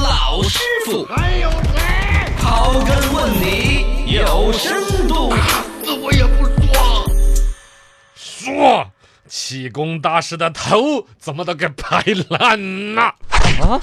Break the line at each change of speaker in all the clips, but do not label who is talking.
老师傅，还有谁？刨根问底有深度。
死我也不说。
说，气功大师的头怎么都给拍烂了？
啊，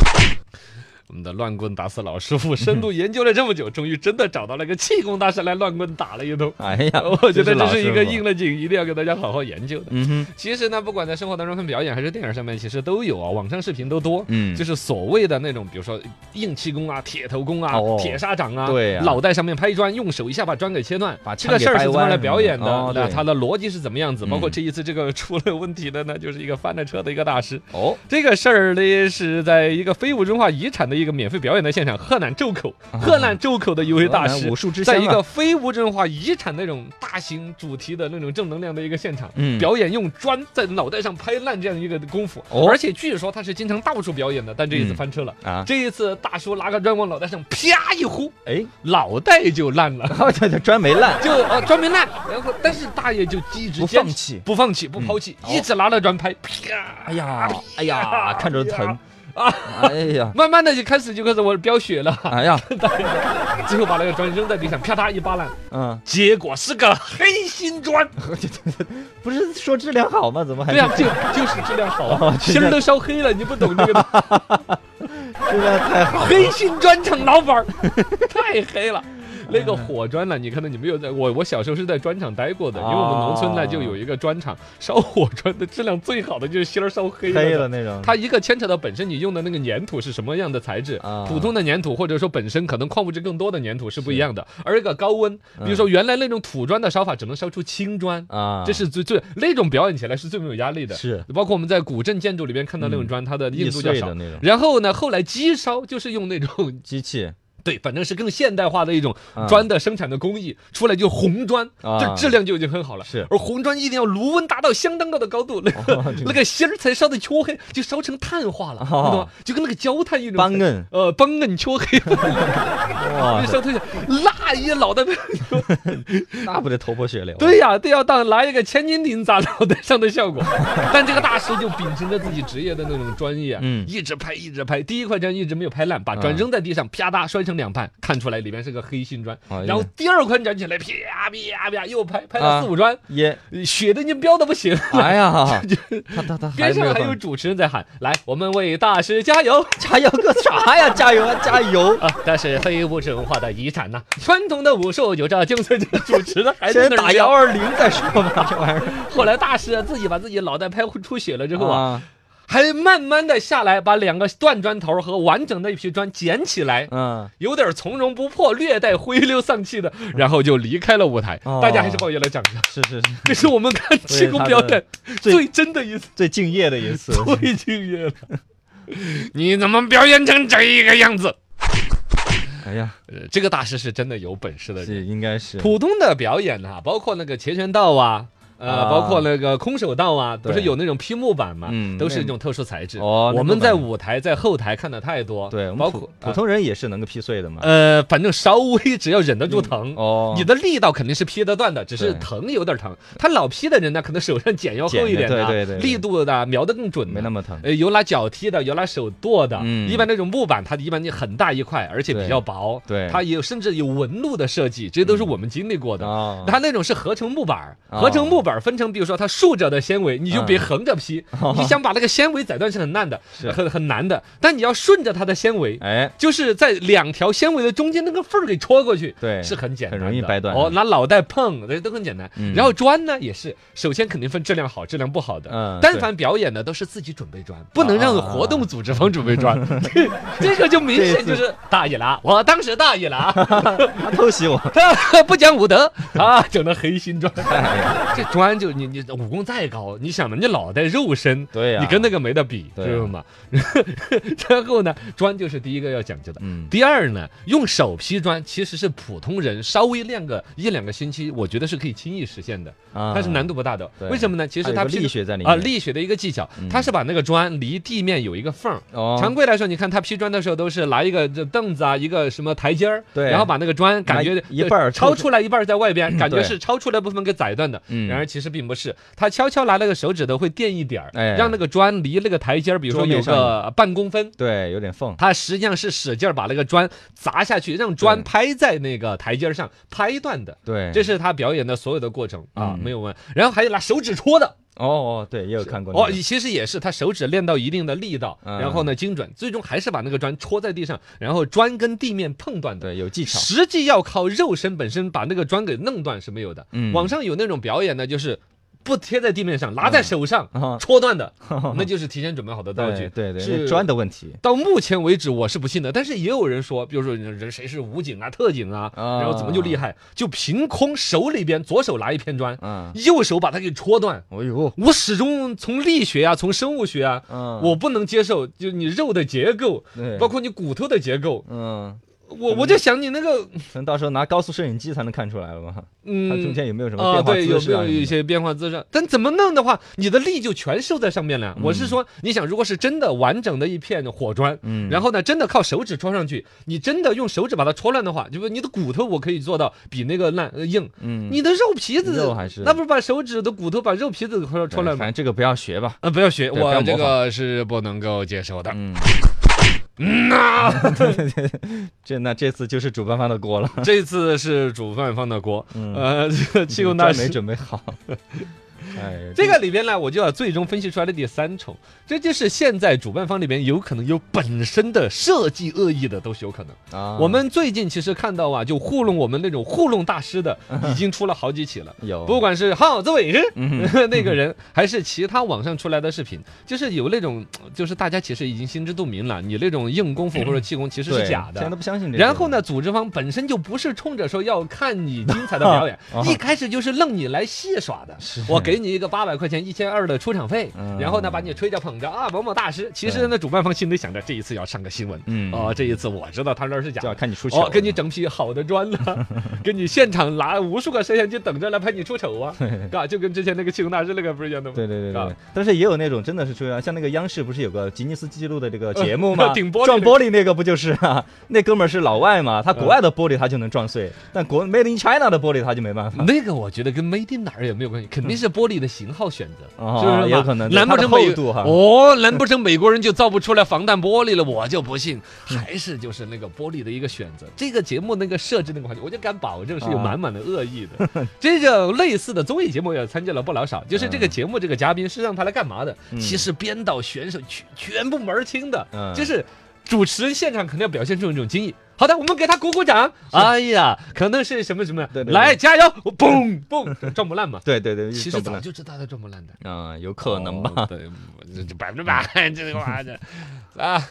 我们的乱棍打死老师傅深度研究了这么久，终于真的找到了个气功大师来乱棍打了一通。
哎呀，
我觉得这是一个应
硬。
了景，一定要给大家好好研究的。
嗯哼，
其实呢，不管在生活当中看表演还是电影上面，其实都有啊，网上视频都多。
嗯
就是所谓的那种，比如说硬气功啊、铁头功啊、
哦
铁砂掌啊，
对啊
脑袋上面拍砖，用手一下把砖给切断，
把
这个
枪
事儿是
给掰
怎么
弯
来表演的？
哦
那
对
它的逻辑是怎么样子？包括
嗯
这一次这个出了问题的呢，就是一个翻了车的一个大师。
哦，
这个事儿呢，是在一个非物质文化遗产的一个免费表演的现场，河南周口， 河南周口的一位大师
武，术之乡
在
啊
一个非物质文化遗产那种大型主题的那种正能量的一个现场，
嗯
表演用砖在脑袋上拍烂这样一个功夫，
哦
而且据说他是经常到处表演的，但这一次
嗯
翻车了。
啊，
这一次，大叔拿个砖往脑袋上啪一呼，
哎，
脑袋就烂了，
好家伙，砖没烂，
就呃砖没烂。然后，但是大爷就一直
不
坚
放
持
弃嗯哦
不放弃，不抛弃，一直拿着砖拍，啪
哎呀，哎呀，看着疼
啊！
哎呀，
慢慢的就开始就开始我飙血了，
哎呀，
最后把那个砖扔在地上，啪嗒一巴烂，
嗯，
结果是个黑心砖。
不是说质量好吗？怎么还
对呀、就就是质量好啊，
哦质
心
量
儿都烧黑了，你不懂这个 的
质量太好？
黑心砖厂老板儿，太黑了。那个火砖呢？你可能你没有在我我小时候是在砖厂待过的，因为我们农村呢
啊
就有一个砖厂，烧火砖的质量最好的就是心儿烧黑了的
黑 了那种，
它一个牵扯到本身你用的那个粘土是什么样的材质
啊，
普通的粘土或者说本身可能矿物质更多的粘土是不一样的，而一个高温，
嗯
比如说原来那种土砖的烧法只能烧出青砖。
啊，
这是最最那种表演起来是最没有压力的，
是嗯
包括我们在古镇建筑里边看到那种砖，它的硬
易
度较
碎
少
的。那种
然后呢，后来机烧就是用那种
机器，
对，反正是更现代化的一种
啊
砖的生产的工艺，出来就红砖，
啊
这质量就已经很好了。
是哦
而红砖一定要炉温达到相当高的高度，那个、那个芯儿才烧的黢黑，就烧成碳化了，你
哦
懂吗？就跟那个焦炭一种。
帮 摁
呃，帮摁黢 黑，
哇
就，烧成那一脑袋。
那不得头破血流？啊
对呀、都要到拿一个千斤顶砸脑袋上的效 果。但这个大师就秉承着自己职业的那种专业，
嗯
一直拍，一直拍。第一块砖一直没有拍烂，把砖
嗯
扔在地上，啪嗒摔成两半，看出来里面是个黑心砖。
哎呀
然后第二块砖起来，啪啪啪又拍，拍了
啊
四五砖，
耶，
血都已经飙的不行。
哎呀， 他他他
边
还没
上
有
还有
放，
主持人在喊：“来，我们为大师加油！”
加油个啥呀？加油啊，加 油！
啊，这是非物质文化的遗产呐、传统的武术有着精髓的主 持的，还在
先
那儿
打
聊
幺。二零再说吧，这玩 意儿。
后来大师自己把自己脑袋拍出血了之后啊，
啊，
还慢慢的下来，把两个断砖头和完整的一批砖捡起来，
嗯，
有点从容不迫，略带灰溜丧气的，然后就离开了舞台。
哦
大家还是抱有了掌声。
是是是，
这是我们看气功表演
最
最真嗯的一次，
最敬业的一 次。
最敬业了。 你怎么表演成这个样子？
哎呀，
呃，这个大师是真的有本事的人。
这应该是
普通的表演啊，包括那个截拳道啊。呃，
啊
包括那个空手道啊，不是
对
有那种劈木板嘛，
嗯
都是
那
一种特殊材质。
哦那
我们
木板
在舞台、在后台看的太多，
对，我们
包
普
括
普通人也是能够劈碎的嘛。
呃，反正稍微只要忍得住疼，
哦，
你的力道肯定是劈得断的，只是
对
疼有点疼。他老劈的人呢，可能手上茧要厚一点的，
茧对对对对
力度的瞄得更准的，
没那么疼
呃，有拿脚踢的，有拿手剁的。
嗯
一般那种木板，它一般就很大一块，而且比
对
较薄。
对嗯
它有甚至有纹路的设计，这些都是我们经历过的。
哦
它那种是合成木板儿，
哦
合成木板儿分成，比如说它竖着的纤维，你就别
嗯
横着劈。 你想把那个纤维斩断是很难的，
是
很很难的。但你要顺着它的纤维，
哎，
就是在两条纤维的中间那个缝儿给戳过去，
对
是很简单的，
很容易掰断
哦，拿脑袋碰，这都很简单。
嗯
然后砖呢，也是，首先肯定分质量好、质量不好的。
嗯
但凡表演的都是自己准备砖，不能让
啊啊啊
活动组织方准备砖， 这这个就明显就是大意了啊。我当时大意了啊，
他偷袭我。
他 不讲武 德啊，整的黑心砖。
哎呀
这砖就你你武功再高，你想嘛，你脑袋肉身，
对呀
你跟那个没得比，
对
知道吗？ 然后呢，砖就是第一个要讲究的。
嗯
第二呢，用手劈砖其实是普通人稍微练个一两个星期，我觉得是可以轻易实现的，
啊
它是难度不大的。
对
为什么呢？其实
它
它
有个
劈的
力学在里
啊，
面嗯
力学的一个技巧，它是把那个砖离地面有一个缝儿。
哦
常规来说，你看他劈砖的时候都是拿一个这凳子啊，一个什么台阶儿，
对
然后把那个砖感觉
拿一一半儿嗯
呃超出来一半儿在外边，感觉
对
是超出来部分给宰断的，
嗯
然后而其实并不是，他悄悄拿那个手指头会垫一点儿，
哎
让那个砖离那个台阶儿，比如说
桌面
有
上
个半公分。
对，有点缝。
他实际上是使劲儿把那个砖砸下去，让砖
对
拍在那个台阶儿上，拍断的。
对，
这是他表演的所有的过程啊，
嗯
没有问。然后还有拿手指戳的，
哦哦，对，也有看过那
哦，
个。
其实也是他手指练到一定的力道，
嗯
然后呢精准，最终还是把那个砖戳在地上，然后砖跟地面碰断的。
对，有技巧。
实际要靠肉身本身把那个砖给弄断是没有的。
嗯
网上有那种表演呢，就是不贴在地面上，拿在手上、
啊
戳断 的，那就是提前准备好的道具。
对对对，
是
那砖的问题。
到目前为止，我是不信的，但是也有人说，比如说人谁是武警啊、特警啊，
啊
然后怎么就厉害，就凭空手里边左手拿一片砖，
嗯，
右手把它给戳断。
哎呦，
我始终从力学啊，从生物学啊，
嗯，
我不能接受，就你肉的结构，
对
包括你骨头的结构，
嗯，
我我就想你那个，
可能到时候拿高速摄影机才能看出来了嘛，它中
嗯。
间有没有什么
啊，
变化
对，有
姿
没
势啊
有
什么
一
的？
些变化姿势？但怎么弄的话，你的力就全受在上面了呀。我是说，你想，如果是真的完整的一片火砖，
嗯，
然后呢，真的靠手指戳上去，你真的用手指把它戳烂的话，就是你的骨头我可以做到比那个烂呃硬，
嗯，
你的肉皮子
肉还是
那不是把手指的骨头把肉皮子给戳戳
对
烂
反
吗？
正这个不要学吧。
啊，不要学，
对不要
我
模
这
仿
个是不能够接受的。
嗯，这那这次就是主办方的锅了，
这次是煮饭方的锅，
嗯
呃，这个气 功大
没
师。
准 备好。哎，
这个里边呢，我就要最终分析出来的第三重，这就是现在主办方里边有可能有本身的设计恶意的，都是有可能。
啊，
我们最近其实看到啊，就糊弄我们那种糊弄大师 的，已经出了好几起了。
有
不管是耗子伟人、
嗯
那个人，还是其他网上出来的视频，就是有那种，就是大家其实已经心知肚明了，你那种硬功夫或者气功其实
嗯对
是假
现在
的
都。不相信这个。
然后呢，组织方本身就不是冲着说要看你精彩的表演
啊，
一开始就是弄你来戏耍的。我给你一个八百块钱、一千二的出场费
嗯，
然后呢把你吹着捧着啊，某某大师。其实呢，主办方心里想着这一次要上个新闻，
嗯
哦，这一次我知道他那儿是假
就要
的，
看你出糗
哦
了，，
给你整批好的砖 了，给你现场拿无数个摄像机等着来拍你出丑 啊，啊，就跟之前那个气功大师那个不是一样的吗？
对对对对
啊，
但是也有那种真的是出来，像那个央视不是有个吉尼斯纪录的这个节目吗？
呃 顶玻璃
撞
那个
玻璃那个不就是 啊？那哥们儿是老外嘛，他国外的玻璃他就能撞碎，但国 Made in China 的玻璃他就没办法。
那个我觉得跟 Made in 哪儿也没有关系，肯定是玻璃的型号选择，
哦
是不是嘛？
有可能对
难不成
它的
美
厚度哈
哦，难不成美国人就造不出来防弹玻璃了？我就不信，还是就是那个玻璃的一个选择。这个节目那个设置那个环节，我就敢保证是有
啊
满满的恶意 的。这种类似的综艺节目也参加了不老少，就是这个
嗯
节目这个嘉宾是让他来干嘛的？
嗯
其实编导、选手全全部门儿清的，
嗯
就是主持人现场肯定要表现出一种惊异。好的，我们给他鼓鼓掌。哎呀，可能是什么什么，
对对对
来加油！嘣
。
嘣，撞不烂嘛
对对对，
其实
撞不
早
烂
就知道他撞不烂的，
嗯，有可能吧。
哦？对，这这百分之百，这个玩意儿啊，